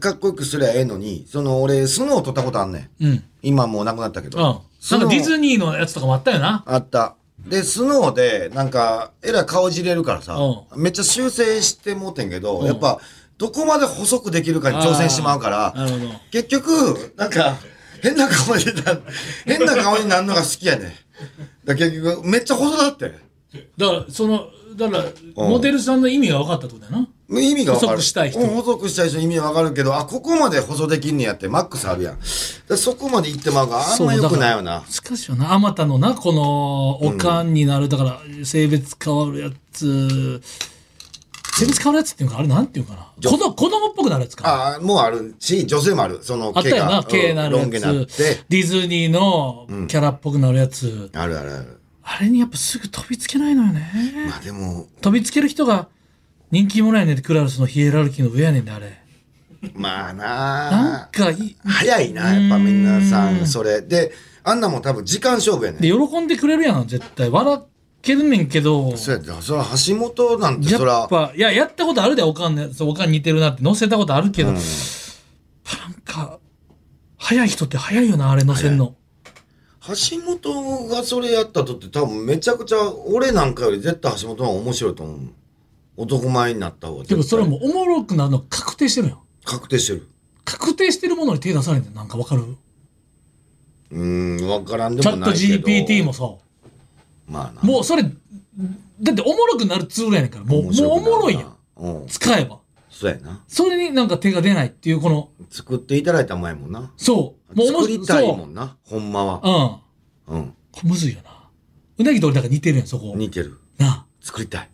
[SPEAKER 4] かっこよくすりゃええのに、その俺、スノーを取ったことあんねん。
[SPEAKER 3] うん。うん。
[SPEAKER 4] 今もうなくなったけど。ス
[SPEAKER 3] なん
[SPEAKER 4] ノ
[SPEAKER 3] か
[SPEAKER 4] ー
[SPEAKER 3] ディズニーのやつとかもあったよな。
[SPEAKER 4] あった。で、スノーで、なんか、えらい顔じれるからさ、
[SPEAKER 3] う
[SPEAKER 4] めっちゃ修正してもうてんけど、
[SPEAKER 3] ん
[SPEAKER 4] やっぱ、どこまで細くできるかに挑戦してまうから、
[SPEAKER 3] なるほど。
[SPEAKER 4] 結局、なんか、変な顔にな、変な顔になるのが好きやねん。だから結局、めっちゃ細だって。
[SPEAKER 3] だから、その、だから、モデルさんの意味が分かったってことだよな。
[SPEAKER 4] 意味がわかる。
[SPEAKER 3] 細くしたい人
[SPEAKER 4] うん細くしたい人意味わかるけど、あ、ここまで細できんねやって、マックスあるやん。だからそこまで行ってまうが、あんま良くないよな。
[SPEAKER 3] 難しいよな。あまたのな、この、おかんになる、だから、性別変わるやつ、性別変わるやつっていうか、あれなんていうかな。子供子供っぽくなるやつか。
[SPEAKER 4] ああ、もうあるし、女性もある。その
[SPEAKER 3] あったよ
[SPEAKER 4] が
[SPEAKER 3] な、毛なる
[SPEAKER 4] ロ
[SPEAKER 3] や
[SPEAKER 4] ン
[SPEAKER 3] つ。
[SPEAKER 4] 毛なって。
[SPEAKER 3] ディズニーのキャラっぽくなるやつ。
[SPEAKER 4] あるあるある。
[SPEAKER 3] あれにやっぱすぐ飛びつけないのよね。
[SPEAKER 4] まあでも、
[SPEAKER 3] 飛びつける人が人気者やねんってクラルスのヒエラルキーの上やねんであれ
[SPEAKER 4] まあ
[SPEAKER 3] な
[SPEAKER 4] なん
[SPEAKER 3] かいい
[SPEAKER 4] あ早いな、やっぱみんなさん、それ。で、あんなもん多分時間勝負やね
[SPEAKER 3] で
[SPEAKER 4] ん。
[SPEAKER 3] 喜んでくれるやん絶対笑けるねんけど
[SPEAKER 4] そうやで、そら橋本なんて、そ
[SPEAKER 3] や
[SPEAKER 4] ら
[SPEAKER 3] っ、ぱいややったことあるでおかんねそうおかん似てるなって載せたことあるけど、なんか早い人って早いよなあれ載せんの
[SPEAKER 4] 橋本がそれやったとって多分めちゃくちゃ、俺なんかより絶対橋本の方が面白いと思う。男前になった方が。
[SPEAKER 3] けどそれはもうおもろくなるの確定してるやん
[SPEAKER 4] 確定してる。
[SPEAKER 3] 確定してるものに手出されてなんかわかる
[SPEAKER 4] うーん、わからんで
[SPEAKER 3] チャ
[SPEAKER 4] も
[SPEAKER 3] ッ
[SPEAKER 4] な
[SPEAKER 3] ト
[SPEAKER 4] いけど。
[SPEAKER 3] GPT も。さ
[SPEAKER 4] まあな。
[SPEAKER 3] もうそれだっておもろくなるツールやねんからもうも
[SPEAKER 4] 面白
[SPEAKER 3] う
[SPEAKER 4] くなる
[SPEAKER 3] お
[SPEAKER 4] な
[SPEAKER 3] もろいやん。
[SPEAKER 4] うん。
[SPEAKER 3] 使えば
[SPEAKER 4] そうやな。
[SPEAKER 3] それになんか手が出ないっていうこの
[SPEAKER 4] 作っていただいた前もんな。
[SPEAKER 3] そうもう
[SPEAKER 4] 作りたいも
[SPEAKER 3] うん
[SPEAKER 4] な、ほんまは。
[SPEAKER 3] こ
[SPEAKER 4] うん。
[SPEAKER 3] れむずいよなうなぎと俺だから似てるやんそこ
[SPEAKER 4] 似てる。
[SPEAKER 3] な
[SPEAKER 4] 作りたい。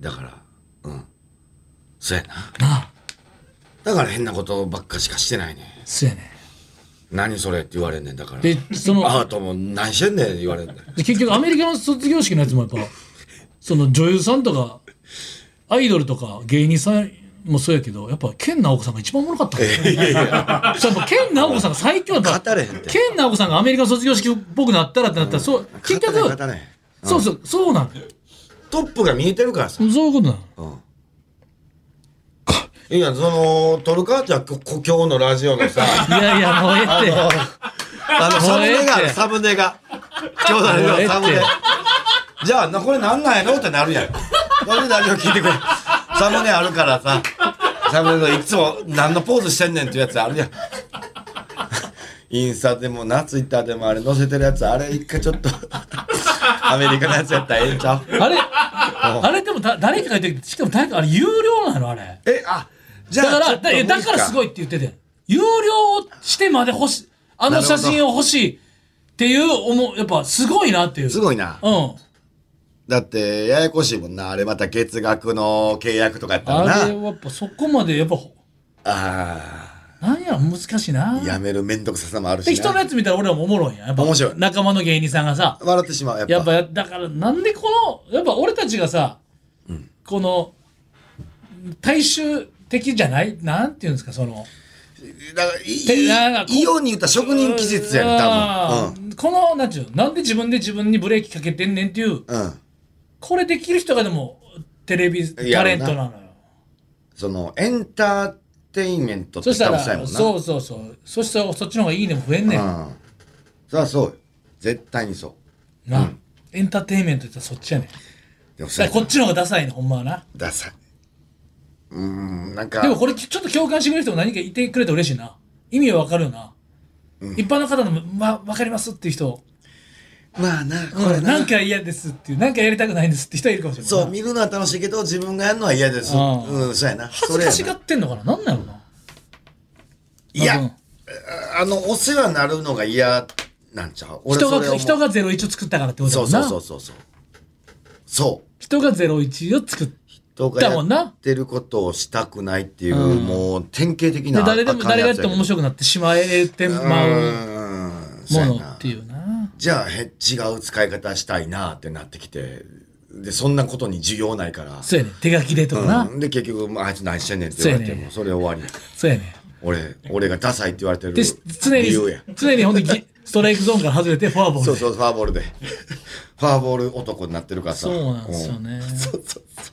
[SPEAKER 4] だから、うん。そうやな。
[SPEAKER 3] あなあ
[SPEAKER 4] だから変なことばっかしかしてないね。
[SPEAKER 3] そうやね
[SPEAKER 4] 何それって言われんねんだから。
[SPEAKER 3] でその
[SPEAKER 4] アートも何してんねん言わ れんねん。
[SPEAKER 3] で結局アメリカの卒業式のやつもやっぱその女優さんとかアイドルとか芸人さんもそうやけどやっぱケンナオコさんが一番おもろかったからね そうやっぱケンナオコさんが最強だった
[SPEAKER 4] 語れへんて
[SPEAKER 3] ケンナオコさんがアメリカの卒業式っぽくなったらってなったらそう結局
[SPEAKER 4] 語れへん語れへん
[SPEAKER 3] そうそうそうなのよ
[SPEAKER 4] トップが見えてるからさ。
[SPEAKER 3] そういうことなの
[SPEAKER 4] いや、その、トルカーチャー故郷のラジオのさ、
[SPEAKER 3] いやいやもうええって
[SPEAKER 4] あの、サムネがある、サムネが。今日のラジオのサム
[SPEAKER 3] もうええ
[SPEAKER 4] ネ
[SPEAKER 3] っ。
[SPEAKER 4] じゃあ、なこれなんなんやろってなるやん。これでラジオ聞いてくれ。サムネあるからさ、サムネのいつも何のポーズしてんねんっていうやつあるやん。インスタでもな、ツイッターでもあれ載せてるやつ、あれ一回ちょっと、アメリカのやつやったらええんちゃう
[SPEAKER 3] あれあれでもだ誰かが言ってるけどしかも誰かあれ有料なのあれ
[SPEAKER 4] え、あ、じゃ
[SPEAKER 3] だ
[SPEAKER 4] あ
[SPEAKER 3] か
[SPEAKER 4] ちょ
[SPEAKER 3] ら
[SPEAKER 4] っと
[SPEAKER 3] だいやだからすご
[SPEAKER 4] い。
[SPEAKER 3] いって言ってたよ有料してまで欲しいあの写真を欲しいっていう思うやっぱすごいなっていう
[SPEAKER 4] すごいな。
[SPEAKER 3] うん
[SPEAKER 4] だって、ややこしいもんな。あれまた月額の契約とかやったらな。
[SPEAKER 3] あれ
[SPEAKER 4] あ
[SPEAKER 3] はやっぱそこまでやっぱ
[SPEAKER 4] あ
[SPEAKER 3] なんやろ難しいな
[SPEAKER 4] ー、やめるめんどくささもあるしな。
[SPEAKER 3] で人のやつ見たら俺らもおもろいやんやっぱ
[SPEAKER 4] 面白い
[SPEAKER 3] 仲間の芸人さんがさ
[SPEAKER 4] 笑ってしまう、やっぱ。
[SPEAKER 3] やっぱやだからなんでこのやっぱ俺たちがさ、この大衆的じゃないなんていうんですかその
[SPEAKER 4] だからいい
[SPEAKER 3] てなんかこ
[SPEAKER 4] いいように言ったら職人技術やね多分
[SPEAKER 3] 分、このなんていうのなんで自分で自分にブレーキかけてんねんっていう
[SPEAKER 4] うん、うん、
[SPEAKER 3] これできる人がでもテレビタレントなのよ
[SPEAKER 4] そのエンターテインメントって
[SPEAKER 3] そした
[SPEAKER 4] 多分
[SPEAKER 3] ら
[SPEAKER 4] そうやもんな
[SPEAKER 3] そううそうそうそしたらそっちの方がいいねも増えんねん、
[SPEAKER 4] んそりゃそうよ絶対にそ
[SPEAKER 3] な、エンターテインメントって言ったらそっちやねんだ
[SPEAKER 4] うでもそ
[SPEAKER 3] から
[SPEAKER 4] れ
[SPEAKER 3] こっちの方がダサいねほんまはな
[SPEAKER 4] ダサいうーんなんか
[SPEAKER 3] でもこれちょっと共感してくれる人も何かいてくれたら嬉しいな意味はわかるよな、一般の方でも、ま、分かりますっていう人、
[SPEAKER 4] まあな
[SPEAKER 3] うん
[SPEAKER 4] これな,、
[SPEAKER 3] なんか嫌ですっていうなんかやりたくないんですって人いるかもしれない
[SPEAKER 4] そう見るのは楽しいけど自分がやるのは嫌です
[SPEAKER 3] うん
[SPEAKER 4] うんそうやな
[SPEAKER 3] 恥ずかし
[SPEAKER 4] それ
[SPEAKER 3] が
[SPEAKER 4] や
[SPEAKER 3] ってんのかななんなのない
[SPEAKER 4] や
[SPEAKER 3] 多分
[SPEAKER 4] なあのお世話になるのが嫌なんちゃう俺
[SPEAKER 3] 人
[SPEAKER 4] それ思
[SPEAKER 3] が
[SPEAKER 4] う
[SPEAKER 3] 人がゼロ一を作ったからってことだ
[SPEAKER 4] そ
[SPEAKER 3] も
[SPEAKER 4] うん
[SPEAKER 3] な
[SPEAKER 4] そうそうそうそうそう
[SPEAKER 3] 人がゼロ一を作っ
[SPEAKER 4] 人が
[SPEAKER 3] だもんな
[SPEAKER 4] やってることをしたくないっていう、もう典型的
[SPEAKER 3] て
[SPEAKER 4] な
[SPEAKER 3] 誰でも誰がやっても
[SPEAKER 4] 白
[SPEAKER 3] 面白くなってしまえてまう
[SPEAKER 4] うんそう
[SPEAKER 3] も
[SPEAKER 4] や
[SPEAKER 3] の
[SPEAKER 4] な
[SPEAKER 3] っていうな
[SPEAKER 4] じゃあへ違う使い方したいなってなってきてでそんなことに需要ないから
[SPEAKER 3] そうやね手書きでとかな、
[SPEAKER 4] うん、で結局、まあ、あいつ何してんねんって言われて
[SPEAKER 3] そうやね
[SPEAKER 4] もうそれ終わり
[SPEAKER 3] そうやね
[SPEAKER 4] 俺俺がダサいって言われてる
[SPEAKER 3] で常
[SPEAKER 4] 理
[SPEAKER 3] に
[SPEAKER 4] 由や
[SPEAKER 3] 常にほんとぎストライクゾーンから外れてフォアボール
[SPEAKER 4] そう
[SPEAKER 3] で
[SPEAKER 4] そうファーボールでファーボール男になってるからさ
[SPEAKER 3] そうなんですよ
[SPEAKER 4] うん
[SPEAKER 3] ね
[SPEAKER 4] そうそうそ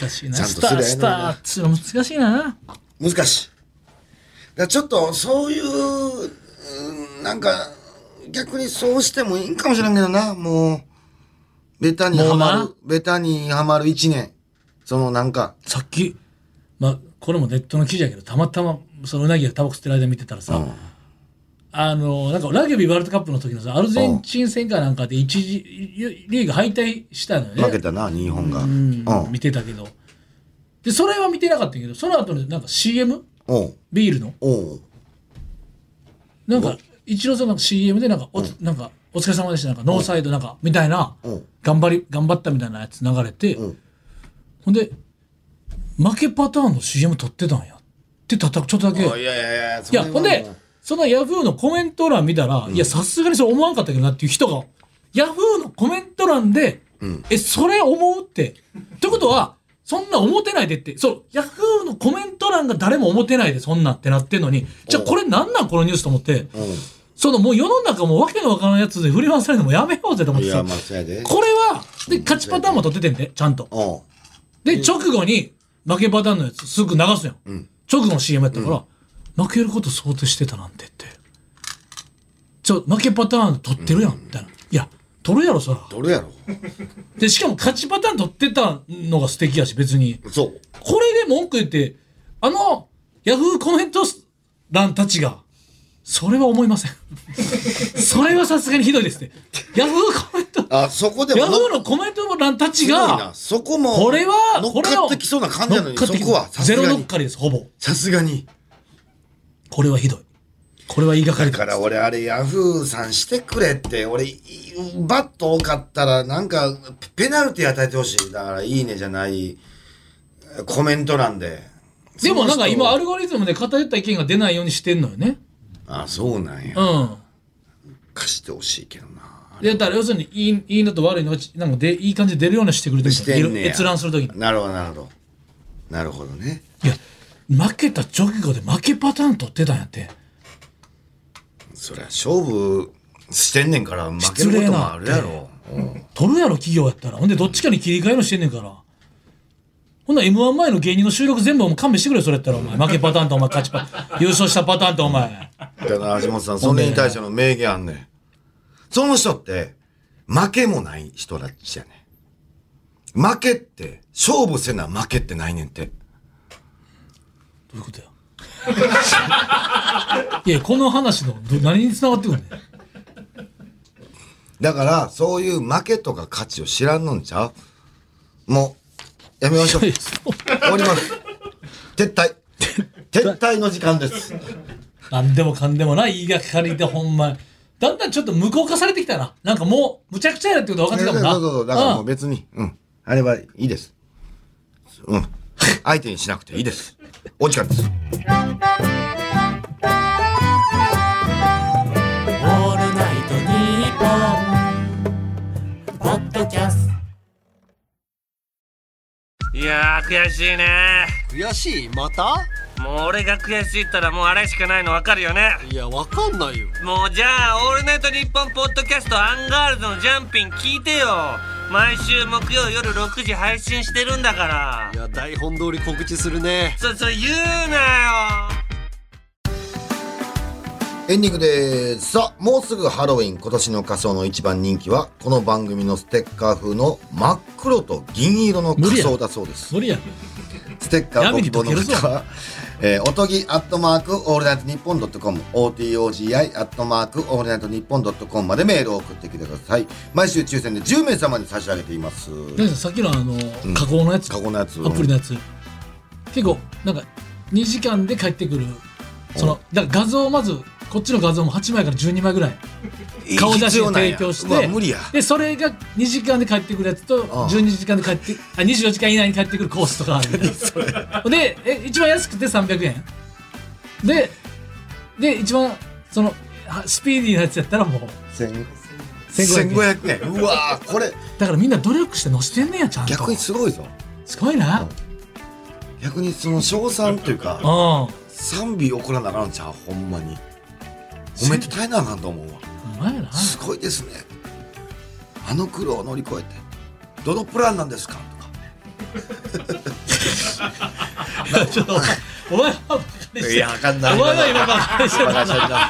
[SPEAKER 3] 難しいな
[SPEAKER 4] ちゃんと
[SPEAKER 3] スター
[SPEAKER 4] す
[SPEAKER 3] ス
[SPEAKER 4] り
[SPEAKER 3] タ
[SPEAKER 4] ゃええのに
[SPEAKER 3] ー
[SPEAKER 4] な
[SPEAKER 3] っつうの難しいな
[SPEAKER 4] う難しいだからちょっとそういううんなんか逆にそうしてもいいんかもしれんけどなもうベタにはま
[SPEAKER 3] もう
[SPEAKER 4] るベタにはまる一年そのなんか
[SPEAKER 3] さっきまあこれもネットの記事やけどたまたまそのうなぎがタバコ吸ってる間見てたらさ、あのなんかラグビーワールドカップの時のさアルゼンチン戦かなんかで一時リーグ敗退したのよね
[SPEAKER 4] 負けたな日本がう
[SPEAKER 3] うん
[SPEAKER 4] ん
[SPEAKER 3] 見てたけどでそれは見てなかったけどその後のなんか CM
[SPEAKER 4] おう
[SPEAKER 3] ビールの
[SPEAKER 4] おう
[SPEAKER 3] なんか一郎さんの CM でなんかお,、なんかお疲れ様でしたなんかノーサイドなんかみたいな
[SPEAKER 4] うん
[SPEAKER 3] 頑張り頑張ったみたいなやつ流れて、
[SPEAKER 4] うん
[SPEAKER 3] ほんで負けパターンの CM 撮ってたんやって叩くちょっとだけ
[SPEAKER 4] いやいやいやそ
[SPEAKER 3] い
[SPEAKER 4] れ
[SPEAKER 3] や
[SPEAKER 4] は
[SPEAKER 3] ほんで
[SPEAKER 4] もう
[SPEAKER 3] そのヤフーのコメント欄見たら、いやさすがにそれ思わんかったけどなっていう人がヤフーのコメント欄で、えそれ思うってってことはそんな思ってないでって、そう、ヤフーのコメント欄が誰も思ってないで、そんなんってなってんのに、じゃあこれなんなんこのニュースと思って、そのもう世の中もうわけのわからんやつで振り回されるのもやめようぜと思っ
[SPEAKER 4] い
[SPEAKER 3] て
[SPEAKER 4] や、
[SPEAKER 3] さ、
[SPEAKER 4] まあ、そうやで。
[SPEAKER 3] これは、で、勝ちパターンも取っててんで、ちゃんと。
[SPEAKER 4] お
[SPEAKER 3] で、直後に負けパターンのやつすぐ流すやん。直後の CM やったから、負けること想定してたなんてって。ちょ、負けパターン取ってるやん、みたいな。いや、取るやろ、そら。
[SPEAKER 4] どれやろ
[SPEAKER 3] で、しかも勝ちパターン取ってたのが素敵やし、別に。
[SPEAKER 4] そう。
[SPEAKER 3] これで文句言って、あの、ヤフーコメント欄たちが、それは思いません。 それはさすがにひどいですって。ヤフーコメント、
[SPEAKER 4] あ、そこでも
[SPEAKER 3] ヤフーのコメント欄たち
[SPEAKER 4] すごいな
[SPEAKER 3] が、
[SPEAKER 4] そこも、
[SPEAKER 3] これは、
[SPEAKER 4] 乗
[SPEAKER 3] こ
[SPEAKER 4] っ
[SPEAKER 3] れは
[SPEAKER 4] かってきそうな感じなのに、
[SPEAKER 3] 乗っ
[SPEAKER 4] そ
[SPEAKER 3] かってき
[SPEAKER 4] こは、さす
[SPEAKER 3] ゼロ
[SPEAKER 4] が
[SPEAKER 3] 乗っ
[SPEAKER 4] に。
[SPEAKER 3] かりです、ほぼ。
[SPEAKER 4] さすがに。
[SPEAKER 3] これはひどい。これは言いがかり
[SPEAKER 4] だ
[SPEAKER 3] だ
[SPEAKER 4] から俺あれヤフーさんしてくれって俺いバット多かったらなんかペナルティ与えてほしいだから「いいね」じゃないコメント欄で
[SPEAKER 3] でもなんか今ア
[SPEAKER 4] あ
[SPEAKER 3] ルゴリズムで偏った意見が出ないようにしてんのよね。
[SPEAKER 4] あそうなんや
[SPEAKER 3] うん。
[SPEAKER 4] 貸してほしいけどな
[SPEAKER 3] で、だから要するに、いい、いいのと悪いのがち、なんかで、いい感じで出るようにしてくれてる
[SPEAKER 4] してんねや
[SPEAKER 3] 閲覧するときに。
[SPEAKER 4] なるほどなるほどなるほどね
[SPEAKER 3] いや、負けた直後で負けパターン取ってたんやって。
[SPEAKER 4] そりゃ勝負してんねんから負けることもあるやろ
[SPEAKER 3] 取るやろ、企業やったら。ほんで、どっちかに切り替えのしてんねんから。ほんなら M1 前の芸人の収録全部お前勘弁してくれよ、それやったら。お前、負けパターンとお前、勝ちパターン。優勝したパターンとお前。
[SPEAKER 4] だから橋本さんそれに対しての名言あんねんその人って負けもない人たちやねん負けって勝負せな負けってないねんて
[SPEAKER 3] どういうことやいや、この話のど何に繋がってくるねん
[SPEAKER 4] だからそういう負けとか勝ちを知らんのんちゃうもうやめましょう
[SPEAKER 3] いやそう
[SPEAKER 4] 終わります撤退撤退の時間です
[SPEAKER 3] なんでもかんでもない言いがかりでほんまだんだんちょっと無効化されてきたななんかもうむちゃくちゃやなってことは分
[SPEAKER 4] そ
[SPEAKER 3] か
[SPEAKER 4] う
[SPEAKER 3] ってきたもん
[SPEAKER 4] そ
[SPEAKER 3] な
[SPEAKER 4] うそうだからもう
[SPEAKER 3] うん
[SPEAKER 4] 別にうんあれはいいですうん相手にしなくていいですお時間です
[SPEAKER 5] オールナイトニッポン」ポッドキャスト
[SPEAKER 6] いやー悔しいね
[SPEAKER 7] 悔しいまた
[SPEAKER 6] もう俺が悔しいったらもうあれしかないの分かるよね
[SPEAKER 7] いやわかんないよ
[SPEAKER 6] もうじゃあ「オールナイトニッポン」ポッドキャストアンガールズのジャンピン聞いてよ毎週木曜夜6時配信してるんだから
[SPEAKER 7] いや台本通り告知するね
[SPEAKER 6] そそれ言うなよ
[SPEAKER 4] エンディングです。さあ、もうすぐハロウィン、今年の仮装の一番人気は、この番組のステッカー風の真っ黒と銀色の仮装だそうです。
[SPEAKER 3] 無理やん
[SPEAKER 4] ステッカーご希望の
[SPEAKER 3] 闇に溶ける
[SPEAKER 4] 方は、えー、おとぎアットマークオールナイトニッポンドットコム、OTOGI アットマークオールナイトニッポンドットコムまでメールを送ってきてください。毎週抽選で10名様に差し上げています。
[SPEAKER 3] 何さっきのあの加工のやつ、
[SPEAKER 4] 過去のやつ。
[SPEAKER 3] アプリのやつ結構なんか2時間で帰ってくるそのだから画像をまずこっちの画像も8枚から12枚ぐらい
[SPEAKER 4] うん
[SPEAKER 3] 顔出しを提供し
[SPEAKER 4] 必要なんやう
[SPEAKER 3] て
[SPEAKER 4] わ無理や。
[SPEAKER 3] でそれが2時間で帰ってくるやつと12時間で帰ってあ24時間以内に帰ってくるコースとかある みたいなでえ一番安くて300円でで一番そのはスピーディーなやつやったらもう
[SPEAKER 4] 千
[SPEAKER 3] 1500円
[SPEAKER 4] 1500円。うわーこれ、
[SPEAKER 3] だからみんな努力して載せてんねやちゃんと
[SPEAKER 4] 逆にすごいぞ。
[SPEAKER 3] すごいなうん
[SPEAKER 4] 逆にその賞賛というか、
[SPEAKER 3] お
[SPEAKER 4] 賛美怒らなあかんちゃうほんまに褒めて耐えなあかんと思うわ
[SPEAKER 3] 前やな
[SPEAKER 4] すごいですねあの苦労を乗り越えてどのプランなんですかとか
[SPEAKER 3] ちょっとお前お前はバカにして
[SPEAKER 4] あかん
[SPEAKER 3] お前は今バカにして
[SPEAKER 4] バカ
[SPEAKER 3] た
[SPEAKER 4] にしてんな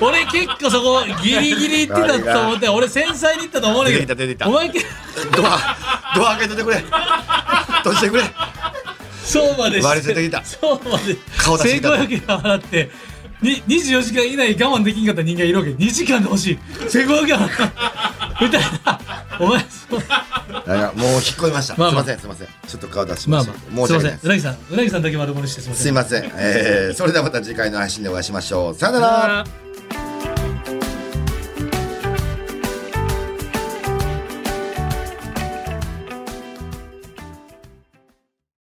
[SPEAKER 3] 俺結構そこギリギリ行ってたと思って俺繊細に行ったと思うねんけど
[SPEAKER 4] 出てきた出てきた
[SPEAKER 3] お前け
[SPEAKER 4] ドア ドア開けててくれ閉じてくれ
[SPEAKER 3] そうまで
[SPEAKER 4] 割れてきた
[SPEAKER 3] そうまで
[SPEAKER 4] 顔出してきた
[SPEAKER 3] 1500円払ってに24時間以内に我慢できんかった人間いるわけ2時間で欲しい1500円払ったみたいなお前そう
[SPEAKER 4] いやもう引っ込みました、
[SPEAKER 3] まあまあ
[SPEAKER 4] すいませんすいませんちょっと顔出し
[SPEAKER 3] ま
[SPEAKER 4] ま
[SPEAKER 3] あ
[SPEAKER 4] した、
[SPEAKER 3] ま
[SPEAKER 4] 申
[SPEAKER 3] あす
[SPEAKER 4] し
[SPEAKER 3] いま
[SPEAKER 4] 訳
[SPEAKER 3] せ
[SPEAKER 4] ないで
[SPEAKER 3] ん
[SPEAKER 4] す
[SPEAKER 3] うなぎさんうなぎさんだけ丸盛りしてすいますせ
[SPEAKER 4] い
[SPEAKER 3] ん
[SPEAKER 4] ません、えー、それではまた次回の配信でお会いしましょうさよなら
[SPEAKER 3] あー